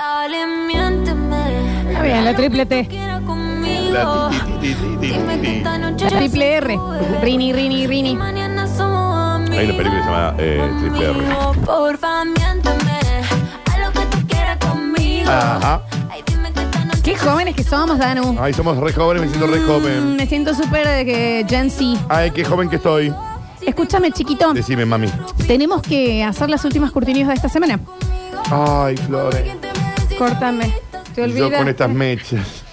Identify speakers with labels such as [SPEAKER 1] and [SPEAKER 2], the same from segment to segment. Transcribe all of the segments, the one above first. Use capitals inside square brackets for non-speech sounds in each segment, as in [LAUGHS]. [SPEAKER 1] Dale, miénteme.
[SPEAKER 2] Está bien, la triple T.
[SPEAKER 1] Quiera conmigo. Dime que esta noche
[SPEAKER 2] La triple R. Rini, Rini, Rini.
[SPEAKER 1] Mañana somos amigos.
[SPEAKER 3] Hay una película que se llama eh, Triple R.
[SPEAKER 1] Porfa, miénteme. A lo que tú quieras conmigo.
[SPEAKER 3] Ajá.
[SPEAKER 1] Ay, dime que esta noche
[SPEAKER 2] Qué jóvenes que somos, Danu.
[SPEAKER 3] Ay, somos re jóvenes, me siento re
[SPEAKER 2] Mm,
[SPEAKER 3] Ah, joven.
[SPEAKER 2] me siento súper de que Gen Z.
[SPEAKER 3] Ay, qué joven que estoy.
[SPEAKER 2] Escúchame, chiquito.
[SPEAKER 3] Decime, mami.
[SPEAKER 2] Tenemos que hacer las últimas cortinillas de esta semana.
[SPEAKER 3] Ay, Flores.
[SPEAKER 2] Córtame. Te
[SPEAKER 3] Yo
[SPEAKER 2] olvidas.
[SPEAKER 3] con estas mechas.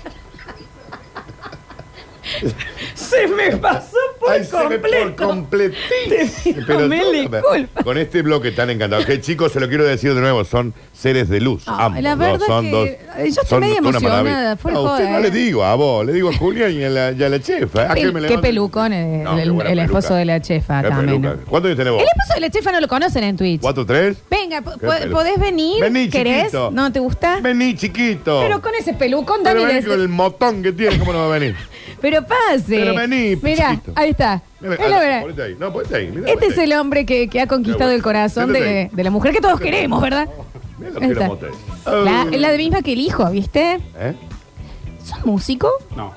[SPEAKER 2] Se me pasó
[SPEAKER 3] Ay, se ve por completísimo. Pero,
[SPEAKER 2] me
[SPEAKER 3] a ver,
[SPEAKER 2] disculpa.
[SPEAKER 3] con este bloque tan encantado. Que chicos, se lo quiero decir de nuevo, son seres de luz.
[SPEAKER 2] Ah,
[SPEAKER 3] ambos,
[SPEAKER 2] la
[SPEAKER 3] dos,
[SPEAKER 2] verdad
[SPEAKER 3] son
[SPEAKER 2] que-
[SPEAKER 3] dos.
[SPEAKER 2] yo estoy
[SPEAKER 3] son
[SPEAKER 2] medio
[SPEAKER 3] una maravilla.
[SPEAKER 2] emocionada, fuera
[SPEAKER 3] No, a usted
[SPEAKER 2] joda,
[SPEAKER 3] no
[SPEAKER 2] eh.
[SPEAKER 3] le digo a vos, le digo a Julián y a la, y a la chefa. ¿eh? ¿A
[SPEAKER 2] Qué,
[SPEAKER 3] qué me levanto?
[SPEAKER 2] pelucón el,
[SPEAKER 3] No, qué
[SPEAKER 2] el-
[SPEAKER 3] buena
[SPEAKER 2] el
[SPEAKER 3] peluca.
[SPEAKER 2] esposo de la chefa
[SPEAKER 3] Qué
[SPEAKER 2] también.
[SPEAKER 3] peluca. ¿Cuántos años tenés vos?
[SPEAKER 2] El esposo de la chefa no lo conocen en Twitch.
[SPEAKER 3] ¿Cuatro, tres?
[SPEAKER 2] Venga, po-
[SPEAKER 3] Qué
[SPEAKER 2] po-
[SPEAKER 3] peluca.
[SPEAKER 2] ¿podés venir?
[SPEAKER 3] Vení,
[SPEAKER 2] ¿Querés?
[SPEAKER 3] chiquito.
[SPEAKER 2] ¿No te gusta?
[SPEAKER 3] Vení, chiquito.
[SPEAKER 2] Ah. Pero con este. ese pelucón,
[SPEAKER 3] Pero
[SPEAKER 2] Dani.
[SPEAKER 3] vení
[SPEAKER 2] des-
[SPEAKER 3] con el motón que tiene, ¿cómo no va
[SPEAKER 2] [LAUGHS]
[SPEAKER 3] a venir?
[SPEAKER 2] Pero pase.
[SPEAKER 3] Pero vení,
[SPEAKER 2] Mirá,
[SPEAKER 3] chiquito.
[SPEAKER 2] ahí está.
[SPEAKER 3] Mira,
[SPEAKER 2] Es la verdad.
[SPEAKER 3] ah, ponete ahí. No, ponete ahí. Mira,
[SPEAKER 2] Este es el hombre que, que ha conquistado
[SPEAKER 3] Mira,
[SPEAKER 2] el corazón
[SPEAKER 3] mira,
[SPEAKER 2] de,
[SPEAKER 3] mira.
[SPEAKER 2] de la mujer que todos queremos, ¿verdad?
[SPEAKER 3] Oh, Mira
[SPEAKER 2] Ahí está.
[SPEAKER 3] lo que
[SPEAKER 2] La, la de misma que el hijo, ¿viste?
[SPEAKER 3] Oh. ¿Eh?
[SPEAKER 2] ¿Sos músico?
[SPEAKER 4] No.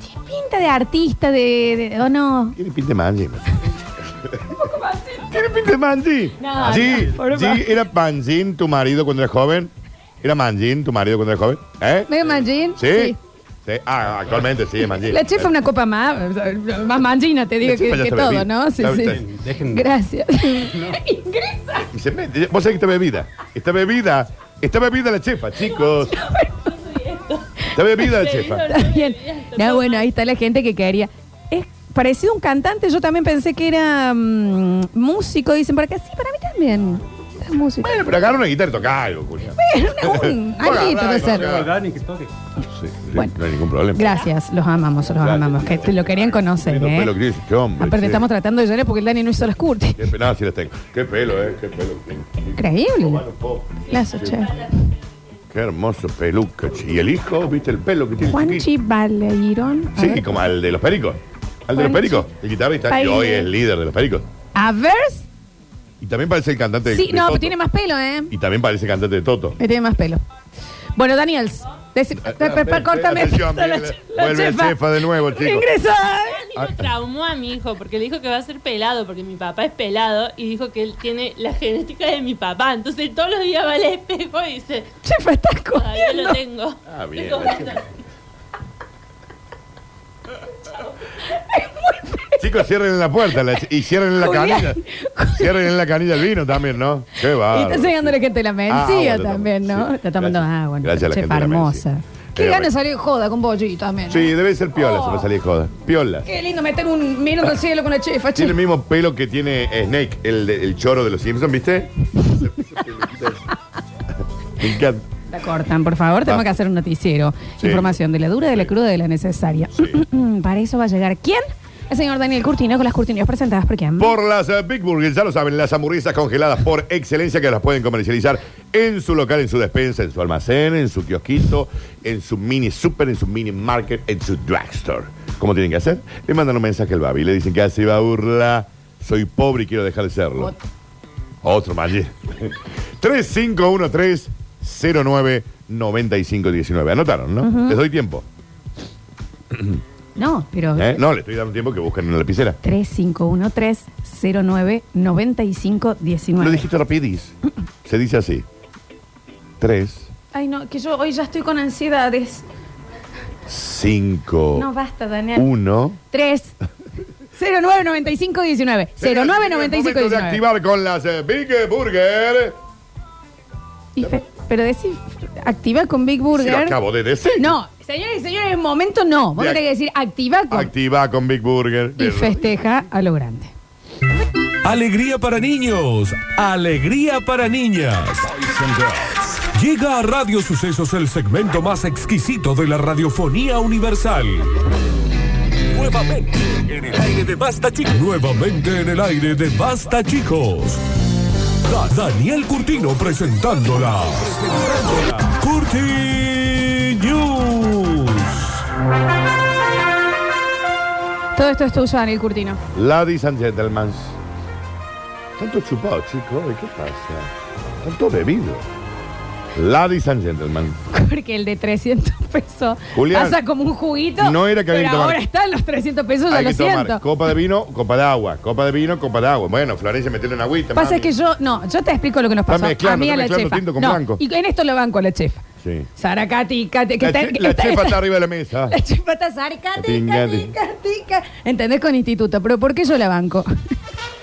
[SPEAKER 2] Tiene pinta de artista, de. de- ¿O no?
[SPEAKER 3] Tiene pinta
[SPEAKER 2] [LAUGHS]
[SPEAKER 3] de Manji. Tiene pinta de Manji.
[SPEAKER 2] No,
[SPEAKER 3] sí,
[SPEAKER 2] no, por
[SPEAKER 3] sí,
[SPEAKER 2] favor.
[SPEAKER 3] era Panjin tu marido cuando era joven. Era Manjin tu marido cuando era joven. ¿Eh?
[SPEAKER 2] ¿Medio manjín?
[SPEAKER 3] ¿Sí? Sí. Ah, actualmente sí, es Manjin.
[SPEAKER 2] La chefa una copa más, más mangina, te digo
[SPEAKER 3] La chefa
[SPEAKER 2] que,
[SPEAKER 3] ya
[SPEAKER 2] que
[SPEAKER 3] está
[SPEAKER 2] todo,
[SPEAKER 3] bebida.
[SPEAKER 2] ¿no? Sí,
[SPEAKER 3] Está
[SPEAKER 2] sí.
[SPEAKER 3] bien,
[SPEAKER 2] sí.
[SPEAKER 4] dejen-
[SPEAKER 2] Gracias. [LAUGHS] Ingresa.
[SPEAKER 3] Y se mete. Vos sabés que esta bebida. Esta bebida. Esta bebida la chefa,
[SPEAKER 2] [LAUGHS]
[SPEAKER 3] chicos. Esta bebida la chefa.
[SPEAKER 2] Está bien. No, bueno, ahí está la gente que quería. Es parecido a un cantante, yo también pensé que era mm, músico, dicen por acá. Sí, para mí también. Es músico.
[SPEAKER 3] Bueno, pero agarra una guitarra y toca algo, Julián.
[SPEAKER 2] Bueno, una- un
[SPEAKER 3] [LAUGHS] Bueno,
[SPEAKER 2] alguito
[SPEAKER 3] habrá
[SPEAKER 2] de
[SPEAKER 3] que
[SPEAKER 2] ser.
[SPEAKER 3] tocar.
[SPEAKER 4] Pero Dani, que toque.
[SPEAKER 3] Sí, sí,
[SPEAKER 2] Bueno.
[SPEAKER 3] No hay ningún problema.
[SPEAKER 2] Gracias, los amamos, los amamos. Que te lo querían conocer,
[SPEAKER 3] Menos pelo
[SPEAKER 2] ¿eh?
[SPEAKER 3] gris, este hombre.
[SPEAKER 2] Aparte,
[SPEAKER 3] sí.
[SPEAKER 2] estamos tratando de llorar porque el Dani no hizo las curtis.
[SPEAKER 3] Qué pena, sí las tengo. Qué pelo, eh. Qué pelo.
[SPEAKER 2] Increíble. Lazo, che.
[SPEAKER 3] Qué hermoso peluca. che. Y el hijo, ¿viste el pelo que tiene?
[SPEAKER 2] Juanchi
[SPEAKER 3] chiquito?
[SPEAKER 2] Baleirón. A
[SPEAKER 3] Sí,
[SPEAKER 2] ver.
[SPEAKER 3] como al de los pericos. Al de los
[SPEAKER 2] Juanchi.
[SPEAKER 3] pericos. El guitarrista. Y
[SPEAKER 2] Ahí.
[SPEAKER 3] hoy es líder de los pericos.
[SPEAKER 2] A ver.
[SPEAKER 3] Y también parece el cantante de
[SPEAKER 2] Sí,
[SPEAKER 3] de
[SPEAKER 2] no,
[SPEAKER 3] Toto.
[SPEAKER 2] pero tiene más pelo, ¿eh?
[SPEAKER 3] Y también parece el cantante de Toto.
[SPEAKER 2] Me tiene más pelo. Bueno, Daniels, deci- pe- pe- pe- córtame.
[SPEAKER 3] Ah, Atención,
[SPEAKER 2] La-
[SPEAKER 3] viene
[SPEAKER 2] la-
[SPEAKER 3] la-
[SPEAKER 2] la
[SPEAKER 3] vuelve la chefa de nuevo, chicos.
[SPEAKER 2] Ingresa. eh.
[SPEAKER 3] Ah.
[SPEAKER 5] Dani lo traumó a mi hijo porque le dijo que va a ser pelado, porque mi papá es pelado y dijo que él tiene la genética de mi papá. Entonces todos los días va al espejo y dice,
[SPEAKER 2] Chefa, estás
[SPEAKER 5] todavía
[SPEAKER 2] comiendo.
[SPEAKER 5] lo tengo.
[SPEAKER 3] Ah, bien.
[SPEAKER 5] Tengo
[SPEAKER 3] la
[SPEAKER 5] esto.
[SPEAKER 3] chefa. Chicos, cierren la puerta la- y cierren la
[SPEAKER 2] Julián.
[SPEAKER 3] canilla. Cierren la canilla el vino también, ¿no? Qué
[SPEAKER 2] Y
[SPEAKER 3] va.
[SPEAKER 2] está llegando la gente de la
[SPEAKER 3] Ah, agua
[SPEAKER 2] Mencía
[SPEAKER 3] está
[SPEAKER 2] también,
[SPEAKER 3] tomando,
[SPEAKER 2] ¿no?
[SPEAKER 3] sí.
[SPEAKER 2] Está tomando
[SPEAKER 3] Gracias.
[SPEAKER 2] agua.
[SPEAKER 3] Gracias a la
[SPEAKER 2] Chefa
[SPEAKER 3] gente de la
[SPEAKER 2] hermosa.
[SPEAKER 3] Mencía.
[SPEAKER 2] Qué
[SPEAKER 3] Eh,
[SPEAKER 2] ganas de
[SPEAKER 3] bueno.
[SPEAKER 2] salir joda con Bolli también. ¿eh? ¿no?
[SPEAKER 3] Sí, debe ser piola, se va a salir joda. Piola.
[SPEAKER 2] Oh. Qué lindo meter un mirando al cielo con la chefa, che.
[SPEAKER 3] Tiene el mismo pelo que tiene Snake, el, de- el choro de los Simpsons,
[SPEAKER 2] [LAUGHS]
[SPEAKER 3] ¿viste? Me encanta.
[SPEAKER 2] La cortan, por favor. Tenemos que hacer un noticiero.
[SPEAKER 3] Sí.
[SPEAKER 2] Información de la dura, de la
[SPEAKER 3] Sí.
[SPEAKER 2] cruda, de la necesaria.
[SPEAKER 3] Sí.
[SPEAKER 2] [CLEARS THROAT] Para eso va a llegar quién? El señor Daniel Curtino con las cortinillas presentadas por quién.
[SPEAKER 3] Por las eh, Big Burgers, ya lo saben, las hamburguesas congeladas por excelencia que las pueden comercializar en su local, en su despensa, en su almacén, en su kiosquito, en su mini super, en su mini market, en su drugstore. ¿Cómo tienen que hacer? Le mandan un mensaje al Babi, le dicen que hace burla, soy pobre y quiero dejar de serlo. Otro [LAUGHS] Maggi. 3513-099519. Anotaron, ¿no? Les doy tiempo.
[SPEAKER 2] No, pero.
[SPEAKER 3] ¿eh? No, le estoy dando tiempo que busquen en la lapicera.
[SPEAKER 2] 3513-09-9519.
[SPEAKER 3] Lo dijiste rapidis. Se dice así. 3,
[SPEAKER 2] Ay, no, que yo hoy ya estoy con ansiedades. No,
[SPEAKER 3] 5,
[SPEAKER 2] basta, Daniel.
[SPEAKER 3] 1.
[SPEAKER 2] 3 099519. 099519.
[SPEAKER 3] de activar con las eh, Big Burger.
[SPEAKER 2] Y fe- Pero decir, activa con Big
[SPEAKER 3] Si lo
[SPEAKER 2] Burger.
[SPEAKER 3] acabo de decir.
[SPEAKER 2] No, señores y señores, en momento no. Vos
[SPEAKER 3] De
[SPEAKER 2] me tenés que decir activa con.
[SPEAKER 3] Activa con Big Burger.
[SPEAKER 2] y festeja a lo grande.
[SPEAKER 6] Alegría para niños, alegría para niñas. Llega a Radio Sucesos el segmento más exquisito de la radiofonía universal. Nuevamente en el aire de Basta Chicos. Nuevamente en el aire de Basta Chicos. Da- Daniel Curtino presentándola. Curti News.
[SPEAKER 2] Todo esto es tuyo, Daniel Curtino. [LAUGHS]
[SPEAKER 3] Ladies and gentlemen. Tanto chupado, chicos. ¿Qué pasa? Tanto bebido. Ladies and gentlemen.
[SPEAKER 2] Porque el de 300 pesos
[SPEAKER 3] Julián,
[SPEAKER 2] pasa como un juguito.
[SPEAKER 3] no era que había
[SPEAKER 2] pero
[SPEAKER 3] que tomar.
[SPEAKER 2] ahora están los 300 pesos, ya
[SPEAKER 3] Hay
[SPEAKER 2] lo
[SPEAKER 3] que tomar
[SPEAKER 2] siento.
[SPEAKER 3] copa de vino, copa de agua. Copa de vino, copa de agua. Bueno, Florencia, metele una agüita.
[SPEAKER 2] Pasa
[SPEAKER 3] mami.
[SPEAKER 2] que yo, no, yo te explico lo que nos
[SPEAKER 3] Está
[SPEAKER 2] pasó. a
[SPEAKER 3] mezclando,
[SPEAKER 2] mí
[SPEAKER 3] está
[SPEAKER 2] a la
[SPEAKER 3] mezclando
[SPEAKER 2] chefa.
[SPEAKER 3] tinto con
[SPEAKER 2] No,
[SPEAKER 3] blanco.
[SPEAKER 2] Y en esto lo banco a la chefa.
[SPEAKER 3] Sí.
[SPEAKER 2] Sara, Katy, Katy, que
[SPEAKER 3] La,
[SPEAKER 2] está-
[SPEAKER 3] che-
[SPEAKER 2] que
[SPEAKER 3] la
[SPEAKER 2] está-
[SPEAKER 3] chefa está arriba de la mesa.
[SPEAKER 2] [LAUGHS] La chefa está Sara, Katy,
[SPEAKER 3] Katy,
[SPEAKER 2] Katy,
[SPEAKER 3] Katy.
[SPEAKER 2] Katy, Katy. ¿Entendés con instituto? Pero ¿por qué yo la banco? [LAUGHS]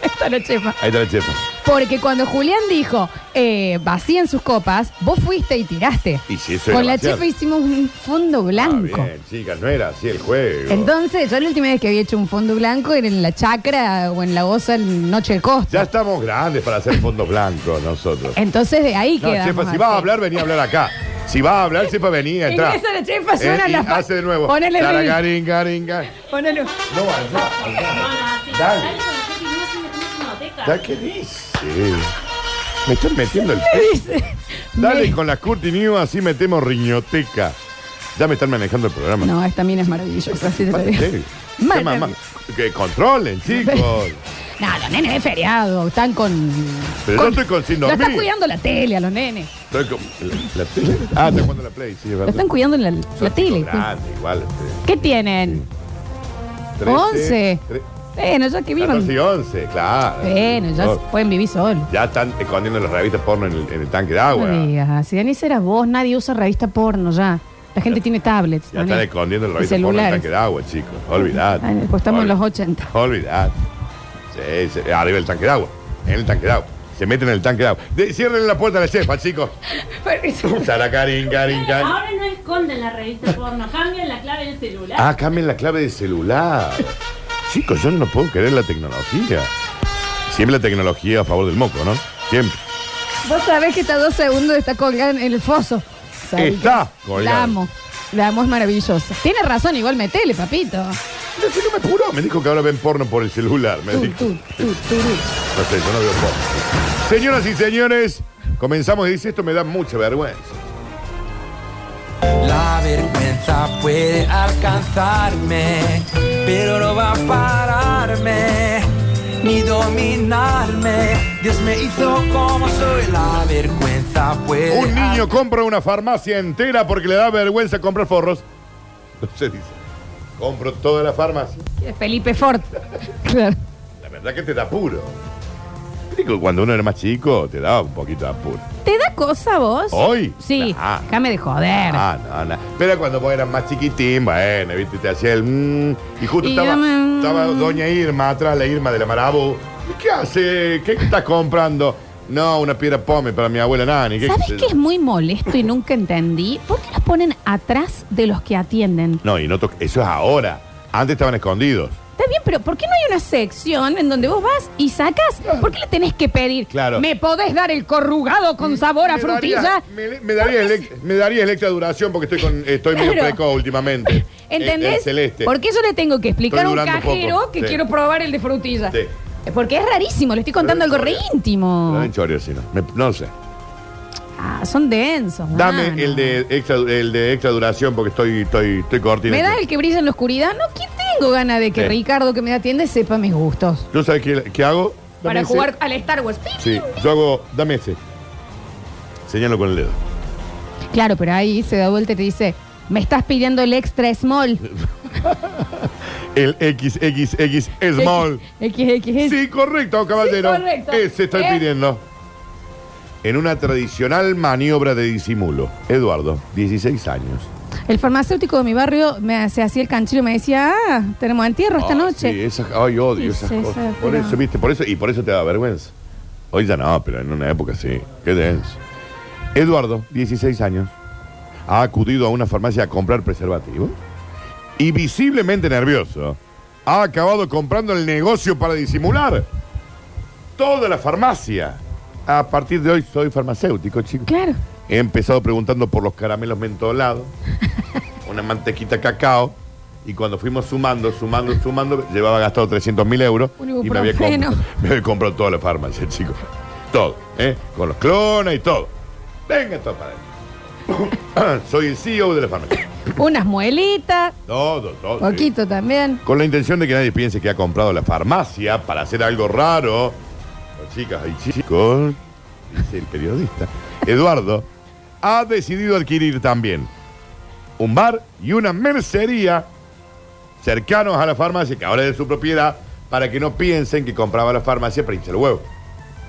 [SPEAKER 2] Está la chefa.
[SPEAKER 3] Ahí está la chefa.
[SPEAKER 2] Porque cuando Julián dijo, eh, vacíen sus copas, vos fuiste y tiraste.
[SPEAKER 3] Y si eso era
[SPEAKER 2] Con la
[SPEAKER 3] vaciar.
[SPEAKER 2] chefa hicimos un fondo blanco.
[SPEAKER 3] Ah, bien, chicas, no era así el juego.
[SPEAKER 2] Entonces, yo la última vez que había hecho un fondo blanco era en la chacra o en la osa en Noche de Costa.
[SPEAKER 3] Ya estamos grandes para hacer fondos blancos
[SPEAKER 2] [LAUGHS]
[SPEAKER 3] nosotros.
[SPEAKER 2] Entonces, de ahí
[SPEAKER 3] No,
[SPEAKER 2] quedamos.
[SPEAKER 3] chefa, si
[SPEAKER 2] así.
[SPEAKER 3] vas a hablar, venía a hablar acá. Si vas a
[SPEAKER 2] [LAUGHS]
[SPEAKER 3] hablar, chefa, venía, entra. Eh,
[SPEAKER 2] Ingresa la chefa, suena
[SPEAKER 3] y
[SPEAKER 2] la fa-
[SPEAKER 3] Hace de nuevo.
[SPEAKER 2] Ponele
[SPEAKER 3] Tara,
[SPEAKER 2] ruido.
[SPEAKER 3] garin, garin, garin.
[SPEAKER 2] Ponelo.
[SPEAKER 3] No, allá, allá. Dale. ¿Ya qué dice? Me están metiendo el pelo.
[SPEAKER 2] Dice,
[SPEAKER 3] Dale
[SPEAKER 2] me-
[SPEAKER 3] con las Curti New, así metemos riñoteca. Ya me están manejando el programa.
[SPEAKER 2] No, esta mina es maravillosa, así te lo digo.
[SPEAKER 3] Sí.
[SPEAKER 2] Mal-
[SPEAKER 3] Qué mamá. Que controlen,
[SPEAKER 2] [LAUGHS]
[SPEAKER 3] chicos.
[SPEAKER 2] No, los nenes de feriado, están con.
[SPEAKER 3] Pero
[SPEAKER 2] con-
[SPEAKER 3] yo estoy con sin
[SPEAKER 2] Lo están
[SPEAKER 3] dormir.
[SPEAKER 2] cuidando la tele a los nenes.
[SPEAKER 3] Estoy con- la, la tele. Ah, está jugando la Play, sí, es
[SPEAKER 2] Lo
[SPEAKER 3] verdad.
[SPEAKER 2] están cuidando la, la tele.
[SPEAKER 3] Son
[SPEAKER 2] pues.
[SPEAKER 3] chicos grandes, igual. este,
[SPEAKER 2] ¿Qué tienen?
[SPEAKER 3] 13,
[SPEAKER 2] Once.
[SPEAKER 3] tre-
[SPEAKER 2] Bueno, ya que vivan.
[SPEAKER 3] 14 y 11, claro.
[SPEAKER 2] Bueno, ya
[SPEAKER 3] No,
[SPEAKER 2] se pueden vivir solos.
[SPEAKER 3] ya están escondiendo las revistas porno en el, en el tanque de agua.
[SPEAKER 2] No digas así, Dani, serás vos, nadie usa revista porno ya. La gente tiene tablets.
[SPEAKER 3] Ya están
[SPEAKER 2] Dani.
[SPEAKER 3] escondiendo las
[SPEAKER 2] Y
[SPEAKER 3] revistas porno en
[SPEAKER 2] celulares.
[SPEAKER 3] el tanque de agua, chicos. Olvidate.
[SPEAKER 2] Ay, pues estamos en los 80.
[SPEAKER 3] Olvidate. Sí, sí, arriba del tanque de agua. En el tanque de agua. Se meten en el tanque de agua. De- cierren la puerta a la
[SPEAKER 2] [LAUGHS]
[SPEAKER 3] chefa, chicos. Sara, Karin, Karin, Karin.
[SPEAKER 5] Ahora no esconden la revista porno, cambian la clave del celular.
[SPEAKER 3] Ah, cambien la clave de celular. Chicos, yo no puedo creer la tecnología. Siempre la tecnología a favor del moco, ¿no? Siempre.
[SPEAKER 2] Vos sabés que está dos segundos está colgada en el foso. ¿Sabés
[SPEAKER 3] Está
[SPEAKER 2] qué?
[SPEAKER 3] colgada.
[SPEAKER 2] La amo. La amo, es maravillosa. Tiene razón, igual metele, papito.
[SPEAKER 3] Pero si no me apuró, me dijo que ahora ven porno por el celular. Me
[SPEAKER 2] Tú,
[SPEAKER 3] dijo.
[SPEAKER 2] tú, tú, turú.
[SPEAKER 3] No sé, yo no veo porno. Señoras y señores, comenzamos y dice esto me da mucha vergüenza.
[SPEAKER 4] La vergüenza puede alcanzarme, pero no va a pararme ni dominarme. Dios me hizo como soy. La vergüenza puede.
[SPEAKER 3] Un niño compra una farmacia entera porque le da vergüenza comprar forros. No se dice. Compro toda la farmacia.
[SPEAKER 2] Felipe Ford. [LAUGHS] Claro.
[SPEAKER 3] La verdad que te da apuro. Digo, cuando uno era más chico, te daba un poquito de apuro.
[SPEAKER 2] ¿Te da cosa vos?
[SPEAKER 3] ¿Hoy?
[SPEAKER 2] Sí,
[SPEAKER 3] Ah.
[SPEAKER 2] déjame de joder.
[SPEAKER 3] Ah, no, no. Pero cuando vos eras más chiquitín, bueno, viste, te hacía el mm, y justo
[SPEAKER 2] Y
[SPEAKER 3] estaba,
[SPEAKER 2] yo me-
[SPEAKER 3] estaba doña Irma atrás, la Irma de la Marabú. ¿Y qué hace? ¿Qué estás comprando? No, una piedra pome para mi abuela Nani.
[SPEAKER 2] [LAUGHS]
[SPEAKER 3] ¿Qué
[SPEAKER 2] ¿Sabes
[SPEAKER 3] sé
[SPEAKER 2] qué
[SPEAKER 3] yo?
[SPEAKER 2] es muy molesto y nunca entendí? ¿Por qué los ponen atrás de los que atienden?
[SPEAKER 3] No, y no to- eso es ahora. Antes estaban escondidos.
[SPEAKER 2] Está bien, pero ¿por qué no hay una sección en donde vos vas y sacas? ¿Por qué le tenés que pedir?
[SPEAKER 3] Claro.
[SPEAKER 2] ¿Me podés dar el corrugado con sabor a
[SPEAKER 3] Me
[SPEAKER 2] frutilla?
[SPEAKER 3] daría- me, me daría elec- me daría electra duración porque estoy con estoy medio
[SPEAKER 2] Claro. [LAUGHS]
[SPEAKER 3] precoz últimamente. El-
[SPEAKER 2] ¿Entendés?
[SPEAKER 3] el Eh, celeste.
[SPEAKER 2] ¿Por qué yo le tengo que explicar a
[SPEAKER 3] Estoy
[SPEAKER 2] un
[SPEAKER 3] durando
[SPEAKER 2] cajero
[SPEAKER 3] poco,
[SPEAKER 2] que
[SPEAKER 3] sí.
[SPEAKER 2] quiero probar el de frutilla? Eh,
[SPEAKER 3] Sí.
[SPEAKER 2] Porque es rarísimo, le estoy contando algo
[SPEAKER 3] Pero
[SPEAKER 2] re
[SPEAKER 3] en Chorio.
[SPEAKER 2] íntimo.
[SPEAKER 3] No, en Chorio, sí, no. Me- no sé.
[SPEAKER 2] Ah, son densos.
[SPEAKER 3] Dame
[SPEAKER 2] mano.
[SPEAKER 3] el de extra el de extra duración porque estoy estoy estoy cortito.
[SPEAKER 2] ¿Me da el que brilla en la oscuridad? No, ¿qué tengo ganas de que
[SPEAKER 3] Sí.
[SPEAKER 2] Ricardo, que me atiende, sepa mis gustos?
[SPEAKER 3] ¿Yo sabes qué, qué hago? Dame
[SPEAKER 2] Para
[SPEAKER 3] ese.
[SPEAKER 2] jugar al Star Wars.
[SPEAKER 3] Sí, yo hago, dame ese. Señalo con el dedo.
[SPEAKER 2] Claro, pero ahí se da vuelta y te dice, me estás pidiendo el extra small.
[SPEAKER 3] El XXX
[SPEAKER 2] [LAUGHS]
[SPEAKER 3] Small.
[SPEAKER 2] XXX.
[SPEAKER 3] Sí, correcto, caballero.
[SPEAKER 2] Sí, correcto.
[SPEAKER 3] Ese estoy
[SPEAKER 2] ¿Eh?
[SPEAKER 3] pidiendo. En una tradicional maniobra de disimulo. Eduardo, 16 años.
[SPEAKER 2] El farmacéutico de mi barrio me se hacía el canchero y me decía, ah, tenemos entierro esta
[SPEAKER 3] Ay,
[SPEAKER 2] noche.
[SPEAKER 3] sí, esas- ay, odio
[SPEAKER 2] Sí,
[SPEAKER 3] esas
[SPEAKER 2] sí,
[SPEAKER 3] cosas.
[SPEAKER 2] esa,
[SPEAKER 3] por
[SPEAKER 2] pero-
[SPEAKER 3] eso, viste, por eso, y por eso te da vergüenza. Hoy ya no, pero en una época sí. Qué denso. Eduardo, 16 años, ha acudido a una farmacia a comprar preservativo y visiblemente nervioso, ha acabado comprando el negocio para disimular toda la farmacia. A partir de hoy soy farmacéutico, chicos.
[SPEAKER 2] Claro.
[SPEAKER 3] He empezado preguntando por los caramelos
[SPEAKER 2] [LAUGHS]
[SPEAKER 3] mentolados, una mantequita cacao, y cuando fuimos sumando, sumando, sumando, llevaba gastado 300 mil euros
[SPEAKER 2] Un
[SPEAKER 3] y me había,
[SPEAKER 2] ibuprofeno.
[SPEAKER 3] comprado, me había comprado toda la farmacia, [LAUGHS] chicos. Todo, ¿eh? Con los clones y todo. Venga, todo para
[SPEAKER 2] [LAUGHS]
[SPEAKER 3] adentro. [COUGHS] Soy el CEO de la farmacia.
[SPEAKER 2] Unas muelitas,
[SPEAKER 3] Todo, todo. sí.
[SPEAKER 2] poquito también.
[SPEAKER 3] Con la intención de que nadie piense que ha comprado la farmacia para hacer algo raro. Las chicas y chicos, dice el periodista. Eduardo, ha decidido adquirir también un bar y una mercería cercanos a la farmacia, que ahora es de su propiedad, para que no piensen que compraba la farmacia para hinchar el huevo.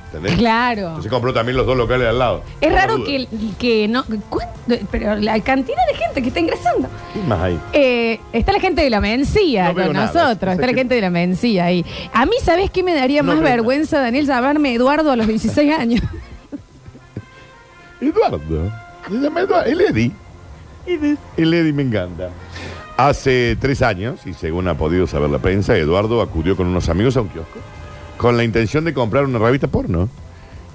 [SPEAKER 3] ¿Entendés?
[SPEAKER 2] Claro.
[SPEAKER 3] Entonces compró también los dos locales al lado.
[SPEAKER 2] Es
[SPEAKER 3] Por la
[SPEAKER 2] raro
[SPEAKER 3] duda.
[SPEAKER 2] que, que no. ¿cuánto? Pero la cantidad de gente que está ingresando.
[SPEAKER 3] ¿Qué más hay?
[SPEAKER 2] Eh, está la gente de la mencía
[SPEAKER 3] No veo
[SPEAKER 2] con
[SPEAKER 3] nada.
[SPEAKER 2] nosotros.
[SPEAKER 3] O sea
[SPEAKER 2] está la
[SPEAKER 3] que-
[SPEAKER 2] gente de la mencía ahí. A mí, ¿sabes qué me daría
[SPEAKER 3] No
[SPEAKER 2] más
[SPEAKER 3] veo nada.
[SPEAKER 2] vergüenza, Daniel, llamarme Eduardo a los 16
[SPEAKER 3] [LAUGHS]
[SPEAKER 2] años?
[SPEAKER 3] Eduardo. Se llama Eduardo. El Eddie. El Eddie me encanta. Hace tres años, y según ha podido saber la prensa, Eduardo acudió con unos amigos a un kiosco con la intención de comprar una revista porno.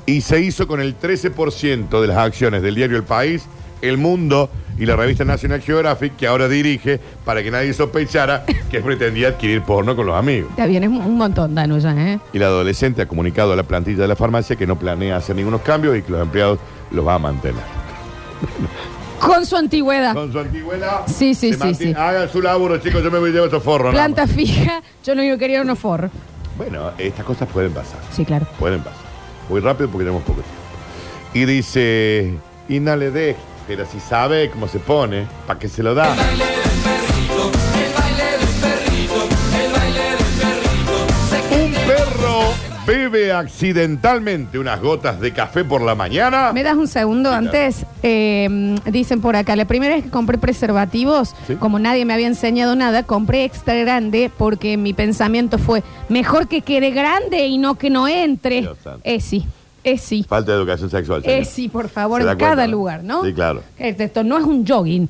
[SPEAKER 3] Y se hizo con el 13% de las acciones del diario El País, El Mundo y la revista National Geographic, que ahora dirige para que nadie sospechara que pretendía adquirir porno con los amigos.
[SPEAKER 2] Está bien, es un montón, Danu, ya, ¿eh?
[SPEAKER 3] Y la adolescente ha comunicado a la plantilla de la farmacia que no planea hacer ningunos cambios y que los empleados los va a mantener.
[SPEAKER 2] Con su antigüedad.
[SPEAKER 3] Con su antigüedad.
[SPEAKER 2] Sí, sí,
[SPEAKER 3] se
[SPEAKER 2] sí,
[SPEAKER 3] mantiene-
[SPEAKER 2] sí.
[SPEAKER 3] Hagan su laburo, chicos, yo me voy a llevar estos forros. nada
[SPEAKER 2] Planta fija. Yo lo único que quería era un forro.
[SPEAKER 3] más. Bueno, estas cosas pueden pasar.
[SPEAKER 2] Sí, claro.
[SPEAKER 3] Pueden pasar. Muy rápido porque tenemos poco tiempo. Y dice, y no le deje, pero si sabe cómo se pone, ¿para qué se lo da? Un perro bebe accidentalmente unas gotas de café por la mañana.
[SPEAKER 2] ¿Me das un segundo
[SPEAKER 3] Ah. claro.
[SPEAKER 2] antes? Eh, dicen por acá, la primera vez que compré preservativos,
[SPEAKER 3] Sí.
[SPEAKER 2] como nadie me había enseñado nada, compré extra grande porque mi pensamiento fue, mejor que quede grande y no que no entre.
[SPEAKER 3] Dios santo.
[SPEAKER 2] Eh, sí, eh, sí.
[SPEAKER 3] Falta de educación sexual.
[SPEAKER 2] Eh,
[SPEAKER 3] señor.
[SPEAKER 2] sí, por favor,
[SPEAKER 3] Se
[SPEAKER 2] en
[SPEAKER 3] da
[SPEAKER 2] cada
[SPEAKER 3] cuenta, ¿no?
[SPEAKER 2] lugar, ¿no?
[SPEAKER 3] Sí, claro.
[SPEAKER 2] Eh, Esto no es un jogging.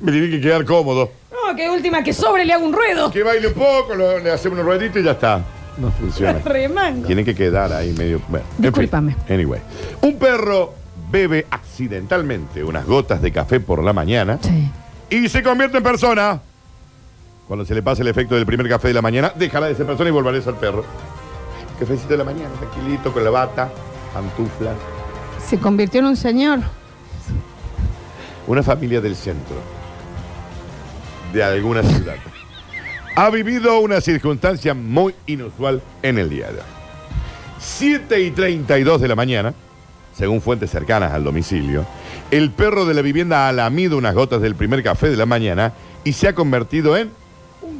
[SPEAKER 3] Me tiene que quedar cómodo.
[SPEAKER 2] No, que última, que sobre le hago un ruedo.
[SPEAKER 3] Que baile un poco, lo- le hacemos unos rueditos y ya está. No funciona.
[SPEAKER 2] Remango.
[SPEAKER 3] Tiene que quedar ahí medio. Bueno, en fin.
[SPEAKER 2] Discúlpame.
[SPEAKER 3] anyway. Un perro bebe accidentalmente unas gotas de café por la mañana
[SPEAKER 2] Sí.
[SPEAKER 3] y se convierte en persona. Cuando se le pasa el efecto del primer café de la mañana, déjala de ser persona y volverás al perro. Cafecito de la mañana, tranquilito, con la bata, pantuflas.
[SPEAKER 2] Se convirtió en un señor.
[SPEAKER 3] Una familia del centro de alguna ciudad ha vivido una circunstancia muy inusual en el día de hoy. 7 y 32 de la mañana, según fuentes cercanas al domicilio, el perro de la vivienda ha lamido unas gotas del primer café de la mañana y se ha convertido en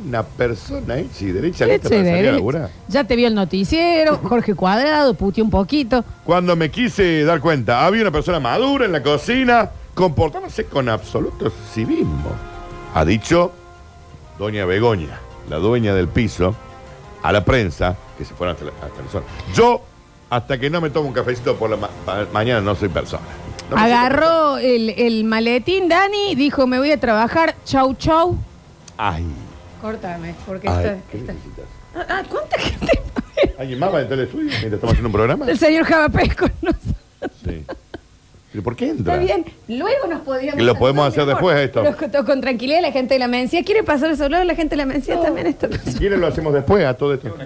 [SPEAKER 3] una persona hecha y derecha lista para salir a laburar.
[SPEAKER 2] Ya te vio el
[SPEAKER 3] [LAUGHS]
[SPEAKER 2] noticiero, Jorge Cuadrado, puteó un poquito.
[SPEAKER 3] Cuando me quise dar cuenta, había una persona madura en la cocina comportándose con absoluto civismo. Ha dicho doña Begoña, la dueña del piso, a la prensa que se fueron hasta, la- hasta el sol. Yo, hasta que no me tomo un cafecito por la ma- pa- mañana, no soy persona. No me siento
[SPEAKER 2] Agarró el, el maletín, Dani, dijo, me voy a trabajar, chau, chau.
[SPEAKER 3] persona. Ay,
[SPEAKER 2] Córtame, porque
[SPEAKER 3] ay,
[SPEAKER 2] esto-
[SPEAKER 3] ¿qué
[SPEAKER 2] esto-
[SPEAKER 3] necesitas?
[SPEAKER 2] Ah, ¿cuánta gente?
[SPEAKER 3] ¿Alguien más va a entrar al estudio mientras estamos haciendo un programa?
[SPEAKER 2] El señor Javapés con nosotros.
[SPEAKER 3] Sí. ¿Pero por qué entra?
[SPEAKER 2] Está bien, luego nos podíamos...
[SPEAKER 3] Lo podemos hacer
[SPEAKER 2] mejor.
[SPEAKER 3] después esto.
[SPEAKER 2] Pero con, con tranquilidad la gente de la mencía. ¿Quiere pasar el celular a la gente de la mencía también? Esto
[SPEAKER 3] Si quieren lo hacemos después a todo esto.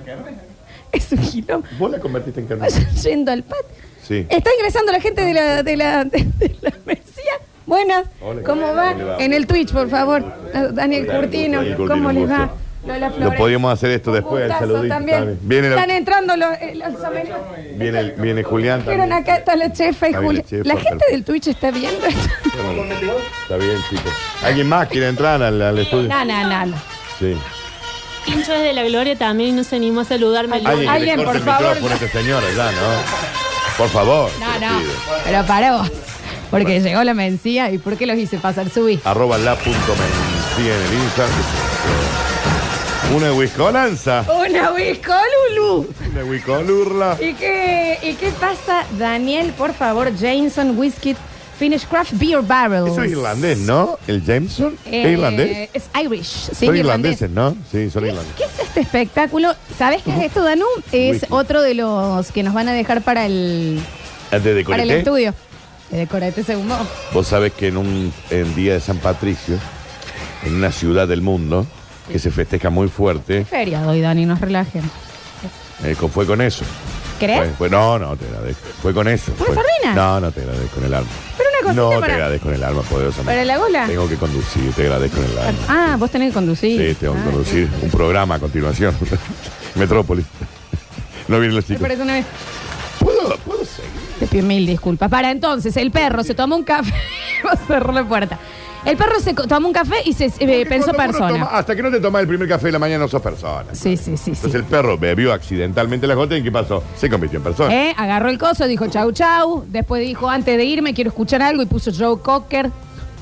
[SPEAKER 2] es un giro.
[SPEAKER 3] ¿Vos la convertiste en carne?
[SPEAKER 2] Vayan yendo al pat.
[SPEAKER 3] Sí.
[SPEAKER 2] Está ingresando la gente de la, de la, [LAUGHS] de, de la mencía. Buenas,
[SPEAKER 3] Hola,
[SPEAKER 2] ¿cómo
[SPEAKER 3] ¿cómo
[SPEAKER 2] va?
[SPEAKER 3] le va?
[SPEAKER 2] En el Twitch, por favor. Daniel Curtino,
[SPEAKER 3] Daniel Curtino,
[SPEAKER 2] ¿cómo
[SPEAKER 3] un
[SPEAKER 2] les
[SPEAKER 3] gusto.
[SPEAKER 2] va? Lola
[SPEAKER 3] Lo
[SPEAKER 2] Flores.
[SPEAKER 3] podíamos hacer esto
[SPEAKER 2] Un
[SPEAKER 3] después, el
[SPEAKER 2] gustazo
[SPEAKER 3] saludito.
[SPEAKER 2] también.
[SPEAKER 3] también. Viene, la-
[SPEAKER 2] Están entrando los, eh, los sommeliers.
[SPEAKER 3] viene, el- viene Julián.
[SPEAKER 2] Vieron,
[SPEAKER 3] también.
[SPEAKER 2] acá está la chefa y
[SPEAKER 3] Está bien,
[SPEAKER 2] Julia.
[SPEAKER 3] la chefa,
[SPEAKER 2] La gente
[SPEAKER 3] perfecto.
[SPEAKER 2] del Twitch está viendo esto.
[SPEAKER 3] Está bien, chicos. ¿Alguien más quiere entrar al, al estudio?
[SPEAKER 2] No, no, no, no.
[SPEAKER 3] Sí.
[SPEAKER 5] Pincho desde la gloria también y no se animó a saludarme.
[SPEAKER 3] Alguien, que
[SPEAKER 2] Alguien,
[SPEAKER 3] le corte
[SPEAKER 2] por
[SPEAKER 3] el
[SPEAKER 2] favor.
[SPEAKER 3] micrófono a este señor, ya, ¿no? Por favor.
[SPEAKER 2] No,
[SPEAKER 3] te lo
[SPEAKER 2] no.
[SPEAKER 3] pido.
[SPEAKER 2] Pero para vos. Porque llegó la mencía y ¿por qué los hice pasar? Subí.
[SPEAKER 3] Arroba la punto men. Sigue en el Instagram. Una huiscolanza.
[SPEAKER 2] Una Wisco, Lulu.
[SPEAKER 3] Una huicolurla.
[SPEAKER 2] ¿Y qué, ¿Y qué pasa, Daniel? Por favor, Jameson Whiskey Finish Craft Beer Barrel.
[SPEAKER 3] Eso es irlandés, ¿no? ¿El Jameson? ¿Es irlandés?
[SPEAKER 2] Es Irish. Eh, Sí,
[SPEAKER 3] Son
[SPEAKER 2] irlandés.
[SPEAKER 3] irlandeses, ¿no? Sí, son irlandeses.
[SPEAKER 2] ¿Qué es este espectáculo? ¿Sabes qué es esto, Danú? Es
[SPEAKER 3] Whisky.
[SPEAKER 2] otro de los que nos van a dejar para el, para
[SPEAKER 3] ¿De
[SPEAKER 2] el
[SPEAKER 3] decorité?
[SPEAKER 2] estudio. De decorate según vos.
[SPEAKER 3] Vos sabés que en un en día de San Patricio, en una ciudad del mundo, que se festeja muy fuerte,
[SPEAKER 2] Feriado hoy, Dani, nos relajen.
[SPEAKER 3] eh, co- fue con eso.
[SPEAKER 2] ¿Crees?
[SPEAKER 3] Fue, fue- no, no, te agradezco. Fue con eso.
[SPEAKER 2] ¿Una
[SPEAKER 3] fue-
[SPEAKER 2] sardina?
[SPEAKER 3] No, no te agradezco en el alma.
[SPEAKER 2] Pero una cosita
[SPEAKER 3] No te
[SPEAKER 2] para-
[SPEAKER 3] agradezco en el alma, poderosamente.
[SPEAKER 2] ¿Para la gola?
[SPEAKER 3] Tengo que conducir, te agradezco en el alma.
[SPEAKER 2] Ah, vos tenés que conducir.
[SPEAKER 3] Sí, tengo que
[SPEAKER 2] Ah.
[SPEAKER 3] conducir un programa a continuación. [LAUGHS] Metrópolis. no vienen los
[SPEAKER 2] Me
[SPEAKER 3] chicos.
[SPEAKER 2] parece una vez.
[SPEAKER 3] ¿Puedo, puedo seguir?
[SPEAKER 2] Te pido mil disculpas. Para entonces, el perro se toma un café. [LAUGHS] Va a cerrar la puerta. El perro se co- toma un café y se eh,
[SPEAKER 3] Porque
[SPEAKER 2] pensó
[SPEAKER 3] cuando uno
[SPEAKER 2] persona.
[SPEAKER 3] toma- hasta que no te tomas el primer café de la mañana no sos persona.
[SPEAKER 2] Sí, sí, sí. sí.
[SPEAKER 3] Entonces el perro bebió accidentalmente la gota y ¿qué pasó? Se convirtió en persona.
[SPEAKER 2] Eh, Agarró el coso, dijo chau chau. Después dijo, antes de irme, quiero escuchar algo y puso Joe Cocker.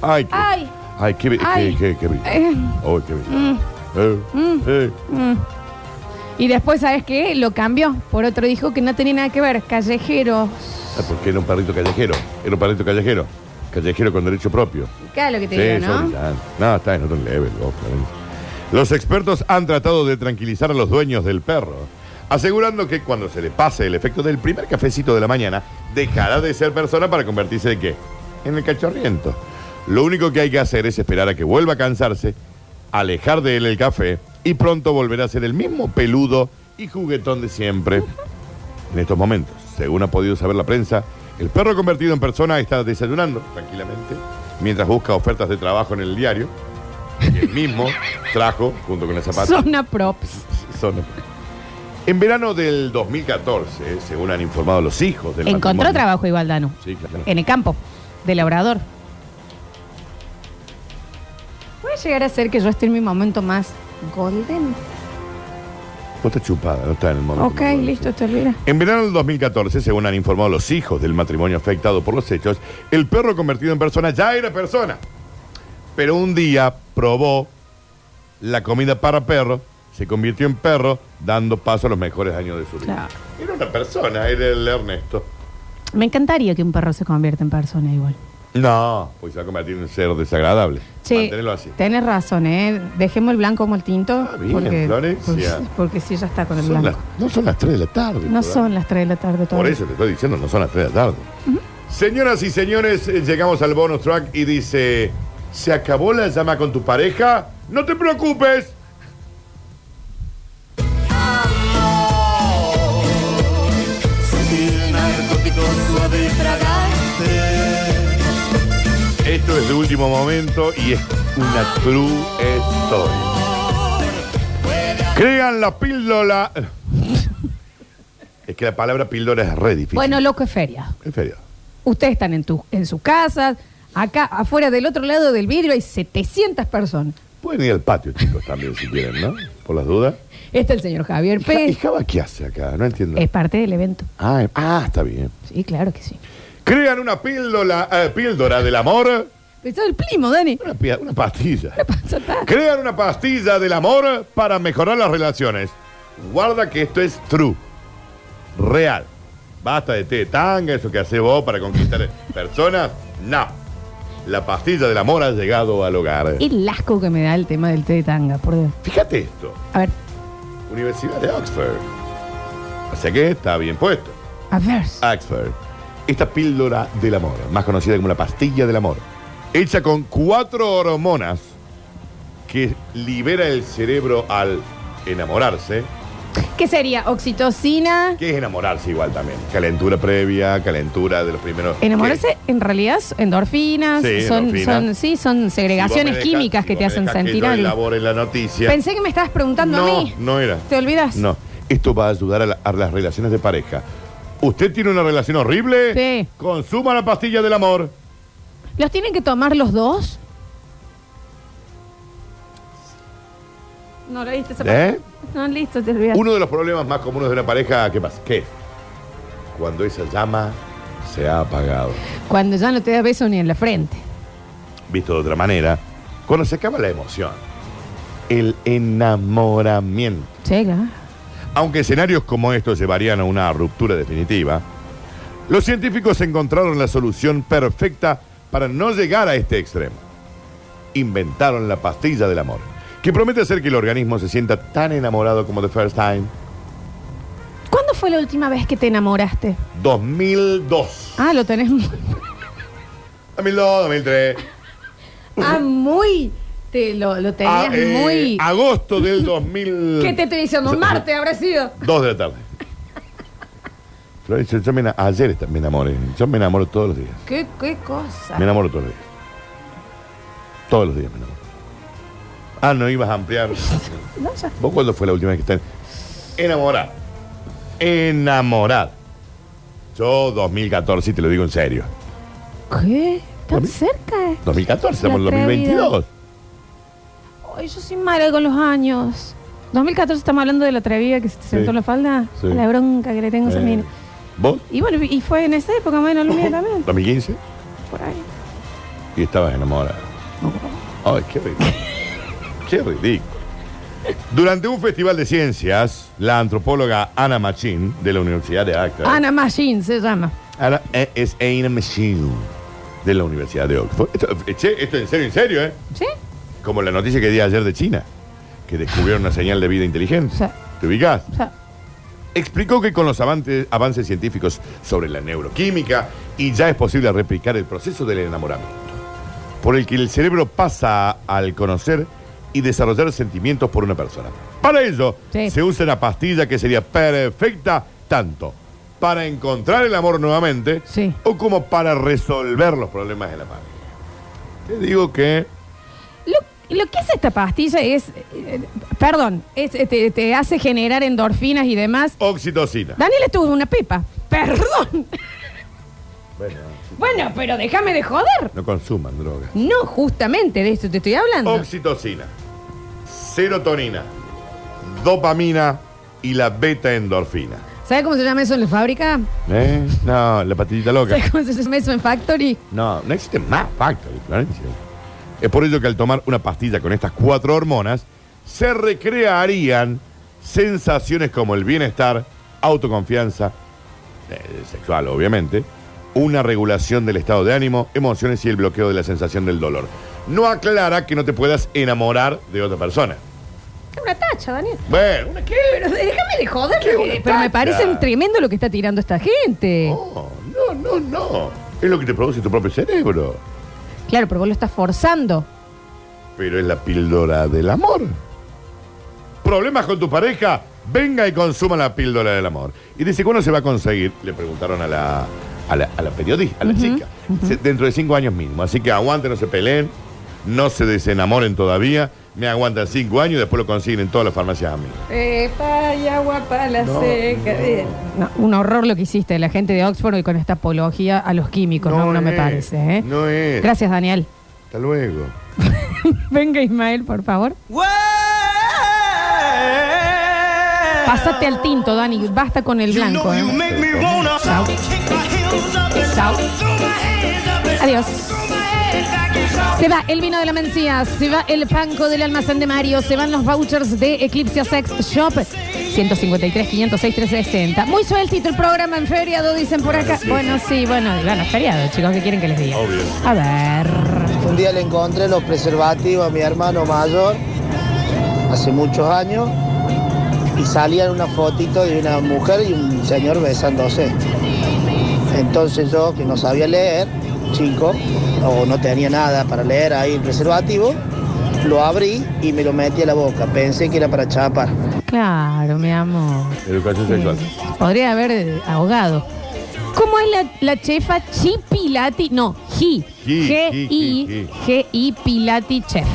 [SPEAKER 3] Ay, qué,
[SPEAKER 2] Ay.
[SPEAKER 3] ay, qué, be-
[SPEAKER 2] Ay.
[SPEAKER 3] qué, qué, qué brillo.
[SPEAKER 2] Eh. Mm.
[SPEAKER 3] Oh, qué brillo. Eh, eh.
[SPEAKER 2] Y después, ¿sabes qué? Lo cambió. Por otro dijo que no tenía nada que ver. Callejero.
[SPEAKER 3] Ah, Porque era un perrito callejero. Era un perrito callejero. Callejero con derecho propio.
[SPEAKER 2] Claro lo que te
[SPEAKER 3] Sí,
[SPEAKER 2] digo,
[SPEAKER 3] son
[SPEAKER 2] ¿no?
[SPEAKER 3] brillantes. No, está en otro level. vos, Florencia. Los expertos han tratado de tranquilizar a los dueños del perro, asegurando que cuando se le pase el efecto del primer cafecito de la mañana, dejará de ser persona para convertirse en qué? En el cachorriento. Lo único que hay que hacer es esperar a que vuelva a cansarse, alejar de él el café y pronto volverá a ser el mismo peludo y juguetón de siempre. En estos momentos, según ha podido saber la prensa, el perro convertido en persona está desayunando tranquilamente mientras busca ofertas de trabajo en el diario que él mismo trajo junto con las zapatas.
[SPEAKER 2] Zona props.
[SPEAKER 3] Son- En verano del 2014, según han informado los hijos del
[SPEAKER 2] Encontró
[SPEAKER 3] matrimonio-
[SPEAKER 2] trabajo igual, Danu.
[SPEAKER 3] Sí, claro.
[SPEAKER 2] En el campo. De labrador. Puede llegar a ser que yo esté en mi momento más golden.
[SPEAKER 3] Vos estás chupada, no está en el momento.
[SPEAKER 2] Ok,
[SPEAKER 3] Bueno,
[SPEAKER 2] listo, te olvidas.
[SPEAKER 3] En verano del 2014, según han informado los hijos del matrimonio afectado por los hechos, el perro convertido en persona ya era persona. Pero un día probó la comida para perro, se convirtió en perro, dando paso a los mejores años de su vida.
[SPEAKER 2] Claro.
[SPEAKER 3] Era una persona, era el Ernesto.
[SPEAKER 2] Me encantaría que un perro se convierta en persona igual.
[SPEAKER 3] No, pues se va a convertir en un ser desagradable. Mantenerlo así.
[SPEAKER 2] Tenés razón, ¿eh? Dejemos el blanco como el tinto.
[SPEAKER 3] Ah, bien, Florencia.
[SPEAKER 2] pues, porque sí, ya está con el
[SPEAKER 3] Son
[SPEAKER 2] blanco.
[SPEAKER 3] las- no son las 3 de la tarde.
[SPEAKER 2] No
[SPEAKER 3] todavía.
[SPEAKER 2] son las 3 de la tarde
[SPEAKER 3] Por
[SPEAKER 2] todavía.
[SPEAKER 3] eso te estoy diciendo, no son las 3 de la tarde. Señoras y señores, eh, llegamos al bonus track y dice: ¿Se acabó la llama con tu pareja? ¡No te preocupes! Esto es de último momento y es una true story. Crean la píldora. Es que la palabra píldora es re difícil.
[SPEAKER 2] Bueno, loco es feria.
[SPEAKER 3] En serio.
[SPEAKER 2] Ustedes están en, tu, en sus casas, acá afuera del otro lado del vidrio hay 700 personas.
[SPEAKER 3] Pueden ir al patio, chicos, también, si quieren, ¿no? Por las dudas.
[SPEAKER 2] Está el señor Javier
[SPEAKER 3] Ja- ¿Y
[SPEAKER 2] Pérez.
[SPEAKER 3] Java qué hace acá? No entiendo.
[SPEAKER 2] Es parte del evento.
[SPEAKER 3] Ah, eh, ah, está bien.
[SPEAKER 2] Sí, claro que sí.
[SPEAKER 3] Crean una píldora, eh, píldora del amor.
[SPEAKER 2] Pensó el primo, Dani.
[SPEAKER 3] Una, pi- una pastilla.
[SPEAKER 2] Ya está.
[SPEAKER 3] Crean una pastilla del amor para mejorar las relaciones. Guarda que esto es true. Real. Basta de té de tanga, eso que hace vos para conquistar personas. No. La pastilla del amor ha llegado al hogar.
[SPEAKER 2] El asco que me da el tema del té de tanga, por Dios.
[SPEAKER 3] Fíjate esto.
[SPEAKER 2] A ver,
[SPEAKER 3] Universidad de Oxford. O sea que está bien puesto.
[SPEAKER 2] a ver.
[SPEAKER 3] Axford. Esta píldora del amor, más conocida como la pastilla del amor, hecha con cuatro hormonas que libera el cerebro al enamorarse,
[SPEAKER 2] ¿Qué sería? ¿Oxitocina?
[SPEAKER 3] que es enamorarse igual también. Calentura previa, calentura de los primeros.
[SPEAKER 2] Enamorarse, en realidad, endorfinas,
[SPEAKER 3] Sí,
[SPEAKER 2] son,
[SPEAKER 3] endorfinas.
[SPEAKER 2] son- sí, son
[SPEAKER 3] que- Si vos me
[SPEAKER 2] segregaciones
[SPEAKER 3] dejás-
[SPEAKER 2] químicas
[SPEAKER 3] si
[SPEAKER 2] que
[SPEAKER 3] vos
[SPEAKER 2] te
[SPEAKER 3] me
[SPEAKER 2] hacen
[SPEAKER 3] dejás que
[SPEAKER 2] sentir
[SPEAKER 3] yo
[SPEAKER 2] algo.
[SPEAKER 3] elabore la noticia.
[SPEAKER 2] Pensé que me estabas preguntando a
[SPEAKER 3] no,
[SPEAKER 2] mí.
[SPEAKER 3] no era.
[SPEAKER 2] ¿Te olvidas?
[SPEAKER 3] No. Esto va a ayudar a, la- a las relaciones de pareja. ¿Usted tiene una relación horrible?
[SPEAKER 2] Sí.
[SPEAKER 3] Consuma la pastilla del amor.
[SPEAKER 2] ¿Los tienen que tomar los dos? No leíste esa
[SPEAKER 3] ¿Eh?
[SPEAKER 2] parte. No, listo, te olvidas.
[SPEAKER 3] Uno de los problemas más comunes de una pareja, ¿qué pasa? ¿Qué? Cuando esa llama se ha apagado.
[SPEAKER 2] Cuando ya no te da beso ni en la frente.
[SPEAKER 3] Visto de otra manera, cuando se acaba la emoción, el enamoramiento.
[SPEAKER 2] Llega.
[SPEAKER 3] Aunque escenarios como estos llevarían a una ruptura definitiva, los científicos encontraron la solución perfecta para no llegar a este extremo. Inventaron la pastilla del amor, que promete hacer que el organismo se sienta tan enamorado como The First Time.
[SPEAKER 2] ¿Cuándo fue la última vez que te enamoraste?
[SPEAKER 3] 2002.
[SPEAKER 2] Ah, lo tenés. muy-
[SPEAKER 3] 2002, 2003.
[SPEAKER 2] [LAUGHS] ah, muy. Te lo, lo
[SPEAKER 3] Ah, ah.
[SPEAKER 2] tenías
[SPEAKER 3] eh,
[SPEAKER 2] muy.
[SPEAKER 3] Agosto [LAUGHS] del 2000.
[SPEAKER 2] ¿Qué te estoy diciendo? Un martes habrá sido.
[SPEAKER 3] Dos de la [LAUGHS] tarde. Florencia, yo me ena- ayer esta- me enamoré. Yo me enamoro todos los días.
[SPEAKER 2] ¿Qué, qué cosa?
[SPEAKER 3] Me enamoro todos los días. Todos los días me enamoro. Ah, no ibas a [LAUGHS] ampliar.
[SPEAKER 2] No, ya.
[SPEAKER 3] ¿Vos cuándo fue la última vez que estás? Enamorar. Enamorar. Yo 2014, y te lo digo en serio.
[SPEAKER 2] ¿Qué? ¿Tan
[SPEAKER 3] ¿Por mí?
[SPEAKER 2] cerca?
[SPEAKER 3] 2014, estamos en
[SPEAKER 2] La atrevida.
[SPEAKER 3] 2022.
[SPEAKER 2] Ay, yo soy mala con los años. 2014 estamos hablando de la atrevida que se te sentó en la falda.
[SPEAKER 3] Sí.
[SPEAKER 2] La bronca que le tengo a esa
[SPEAKER 3] Eh,
[SPEAKER 2] mina.
[SPEAKER 3] ¿Vos?
[SPEAKER 2] Y bueno, y fue en esa época, bueno, lo
[SPEAKER 3] [LAUGHS]
[SPEAKER 2] mío también.
[SPEAKER 3] 2015
[SPEAKER 2] Por ahí.
[SPEAKER 3] y estabas enamorada. Ay, qué ridículo. qué ridículo. Durante un festival de ciencias, la antropóloga Ana Machín de la Universidad de Acta.
[SPEAKER 2] Ana Machine se llama.
[SPEAKER 3] Ana eh, es Ana Machín de la Universidad de Oxford. Esto, eh, che, esto en serio, en serio, ¿eh?
[SPEAKER 2] ¿Sí?
[SPEAKER 3] Como la noticia que di ayer de China, que descubrieron una señal de vida inteligente.
[SPEAKER 2] Sí.
[SPEAKER 3] ¿Te ubicás?
[SPEAKER 2] O sea,
[SPEAKER 3] Explicó que con los avante- avances científicos sobre la neuroquímica y ya es posible replicar el proceso del enamoramiento, por el que el cerebro pasa al conocer y desarrollar sentimientos por una persona. Para ello,
[SPEAKER 2] Sí.
[SPEAKER 3] se usa una pastilla que sería perfecta tanto para encontrar el amor nuevamente
[SPEAKER 2] Sí.
[SPEAKER 3] o como para resolver los problemas de la pareja. Te digo que
[SPEAKER 2] lo, lo que hace esta pastilla es. eh, perdón, es, eh, te, te hace generar endorfinas y demás.
[SPEAKER 3] oxitocina.
[SPEAKER 2] Daniel estuvo de una pepa. Perdón.
[SPEAKER 3] Bueno,
[SPEAKER 2] [LAUGHS] Bueno, pero déjame de joder.
[SPEAKER 3] no consuman drogas.
[SPEAKER 2] No, justamente de esto te estoy hablando.
[SPEAKER 3] Oxitocina, serotonina, dopamina y la beta endorfina.
[SPEAKER 2] ¿Sabes cómo se llama eso en la fábrica?
[SPEAKER 3] ¿Eh? No, la pastillita loca.
[SPEAKER 2] ¿Sabes cómo se llama eso en Factory?
[SPEAKER 3] No, no existe más Factory, Florencia. Es por ello que al tomar una pastilla con estas cuatro hormonas, se recrearían sensaciones como el bienestar, autoconfianza, eh, sexual obviamente, una regulación del estado de ánimo, emociones y el bloqueo de la sensación del dolor. No aclara que no te puedas enamorar de otra persona.
[SPEAKER 2] Es una tacha, Daniel.
[SPEAKER 3] Bueno, ¿una qué?
[SPEAKER 2] Pero déjame de joder.
[SPEAKER 3] Qué
[SPEAKER 2] eh,
[SPEAKER 3] buena
[SPEAKER 2] Pero me
[SPEAKER 3] tacha. Oh.
[SPEAKER 2] parece tremendo lo que está tirando esta gente.
[SPEAKER 3] No, no, no, no. Es lo que te produce tu propio cerebro.
[SPEAKER 2] Claro, pero vos lo estás forzando.
[SPEAKER 3] Pero es la píldora del amor. ¿Problemas con tu pareja? Venga y consuma la píldora del amor. Y dice, ¿cuándo se va a conseguir? Le preguntaron a la, a la, a la periodista, a la chica. Dice, Dentro de cinco años mismo. Así que aguanten, no se peleen, no se desenamoren todavía. Me aguantan cinco años y después lo consiguen en todas las farmacias a mí.
[SPEAKER 2] Epa y agua para la
[SPEAKER 3] No,
[SPEAKER 2] seca. Eh, No. un horror lo que hiciste la gente de Oxford y con esta apología a los químicos, no, No me
[SPEAKER 3] es,
[SPEAKER 2] parece. ¿eh?
[SPEAKER 3] No es.
[SPEAKER 2] Gracias, Daniel.
[SPEAKER 3] Hasta luego.
[SPEAKER 2] Venga, Ismael, por favor. Pasate al tinto, Dani. Basta con el blanco. ¿eh? Chao. Chao. Adiós. Se va el vino de la mencía, se va el panco del almacén de Mario, se van los vouchers de Eclipse Sex Shop. 153, 506, 360. Muy sueltito el programa en feriado, dicen por acá. Bueno, sí, bueno, bueno, feriado, chicos, ¿qué quieren que les diga?
[SPEAKER 3] Obvio.
[SPEAKER 2] A ver.
[SPEAKER 7] Un día le encontré los preservativos a mi hermano mayor, hace muchos años, y salían una fotito de una mujer y un señor besándose. Entonces yo, que no sabía leer, chico, o no tenía nada para leer ahí el preservativo, lo abrí y me lo metí a la boca. Pensé que era para chapar.
[SPEAKER 2] Claro, mi amor.
[SPEAKER 3] Educación sexual.
[SPEAKER 2] Podría haber eh, ahogado. ¿Cómo es la, la chefa Chi Pilati? No, Gi.
[SPEAKER 3] Gi, Gi, Gi,
[SPEAKER 2] G-I.
[SPEAKER 3] Gi.
[SPEAKER 2] G-I Pilati Chef.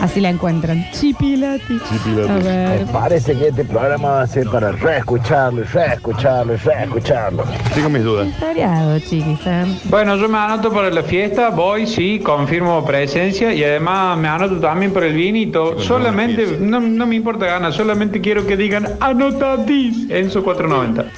[SPEAKER 2] Así la encuentran. Chi Pilati.
[SPEAKER 3] Chi Pilati.
[SPEAKER 2] A ver.
[SPEAKER 8] Parece que este programa va a ser para reescucharlo y reescucharlo y reescucharlo.
[SPEAKER 3] Tengo mis
[SPEAKER 2] [LAUGHS]
[SPEAKER 3] dudas.
[SPEAKER 2] Historiado, chiquis. ¿eh?
[SPEAKER 9] Bueno, yo me anoto para la fiesta, voy, sí, confirmo presencia y además me anoto también para el vinito.
[SPEAKER 3] Sí,
[SPEAKER 9] solamente,
[SPEAKER 3] confirmo
[SPEAKER 9] no, no me importa ganas, solamente quiero que digan anotadís en su 490.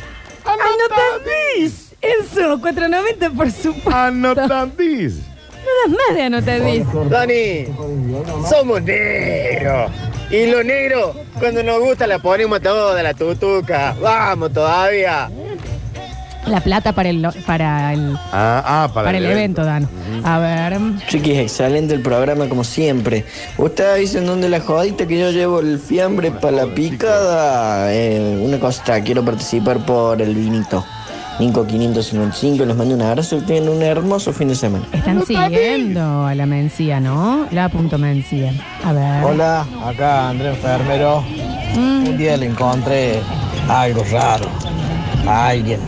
[SPEAKER 2] Anotadís. Eso, 490 por supuesto.
[SPEAKER 3] Anotandis.
[SPEAKER 2] Nada más de anotadís.
[SPEAKER 7] Dani, somos negros. Y lo negro, cuando nos gusta, la ponemos toda la tutuca. Vamos todavía.
[SPEAKER 2] La plata para el, para el,
[SPEAKER 3] Ah, ah, para,
[SPEAKER 2] para el evento, Dan. A ver.
[SPEAKER 10] Chiquis, excelente el programa como siempre. Ustedes dicen dónde la jodita que yo llevo el fiambre para la picada. Eh, una cosa, quiero participar por el vinito. Nico 555, les mando un abrazo. Tienen un hermoso fin de semana.
[SPEAKER 2] Están siguiendo a la Mencía, ¿no? La punto Mencía. A ver.
[SPEAKER 8] Hola, acá Andrés Enfermero. Un día le encontré algo raro a alguien.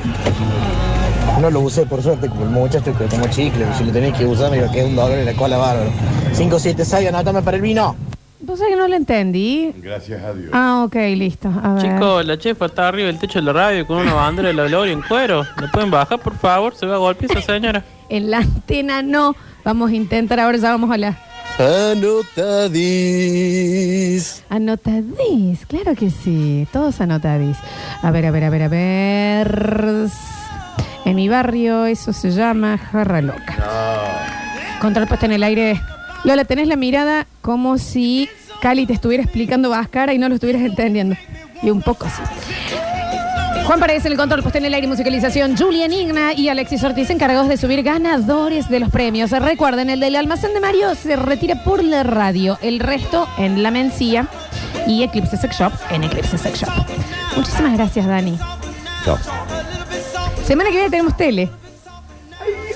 [SPEAKER 8] No lo usé por suerte como el muchacho que tomó chicle. Si lo tenés que usar, me iba a quedar un dolor en la cola bárbaro. 576, anotame para el vino.
[SPEAKER 2] ¿Vos sabés que no lo entendí?
[SPEAKER 3] Gracias a Dios.
[SPEAKER 2] Ah, ok, listo. A ver.
[SPEAKER 11] Chicos, la chefa está arriba del techo de la radio con una bandera de la gloria en cuero. ¿No pueden bajar, por favor? Se va a golpear esa señora.
[SPEAKER 2] En la antena no. Vamos a intentar, ahora ya vamos a la...
[SPEAKER 12] Anotadís.
[SPEAKER 2] Anotadís, claro que sí. Todos anotadís. A ver, a ver, a ver, a ver. En mi barrio eso se llama jarra loca. Control puesto en el aire. Lola, tenés la mirada como si Cali te estuviera explicando Vascara y no lo estuvieras entendiendo. Y un poco sí. Juan Paredes en el control, puesto en el aire y musicalización. Julian Igna y Alexis Ortiz encargados de subir ganadores de los premios. Recuerden, el del almacén de Mario se retira por la radio. El resto en La Mencía y Eclipse Sex Shop en Eclipse Sex Shop. Muchísimas gracias, Dani.
[SPEAKER 3] Chao.
[SPEAKER 2] Semana que viene tenemos tele.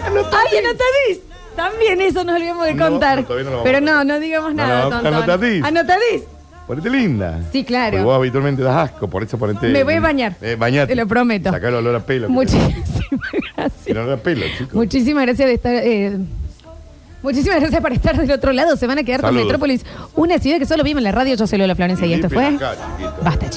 [SPEAKER 2] ¡Ay, anotadís! También eso nos olvidamos de
[SPEAKER 3] No,
[SPEAKER 2] contar.
[SPEAKER 3] no, todavía no lo vamos
[SPEAKER 2] Pero
[SPEAKER 3] a
[SPEAKER 2] no, no digamos
[SPEAKER 3] No,
[SPEAKER 2] nada,
[SPEAKER 3] no,
[SPEAKER 2] tonto.
[SPEAKER 3] anotadís.
[SPEAKER 2] Anotadís.
[SPEAKER 3] Ponete linda.
[SPEAKER 2] Sí, claro.
[SPEAKER 3] Porque vos habitualmente das asco, por eso ponete.
[SPEAKER 2] Me voy a bañar.
[SPEAKER 3] Eh, bañate.
[SPEAKER 2] Te lo prometo.
[SPEAKER 3] Sacá el olor a pelo. que
[SPEAKER 2] Muchísimas
[SPEAKER 3] te- El olor a pelo, chicos.
[SPEAKER 2] Muchísimas gracias de estar. eh, muchísimas gracias por estar del otro lado. Se van a quedar
[SPEAKER 3] Saludos.
[SPEAKER 2] con Metrópolis, una ciudad que solo vive en la radio. Yo soy Lola Florencia y esto fue.
[SPEAKER 3] Acá, chiquito.
[SPEAKER 2] Basta, chicos.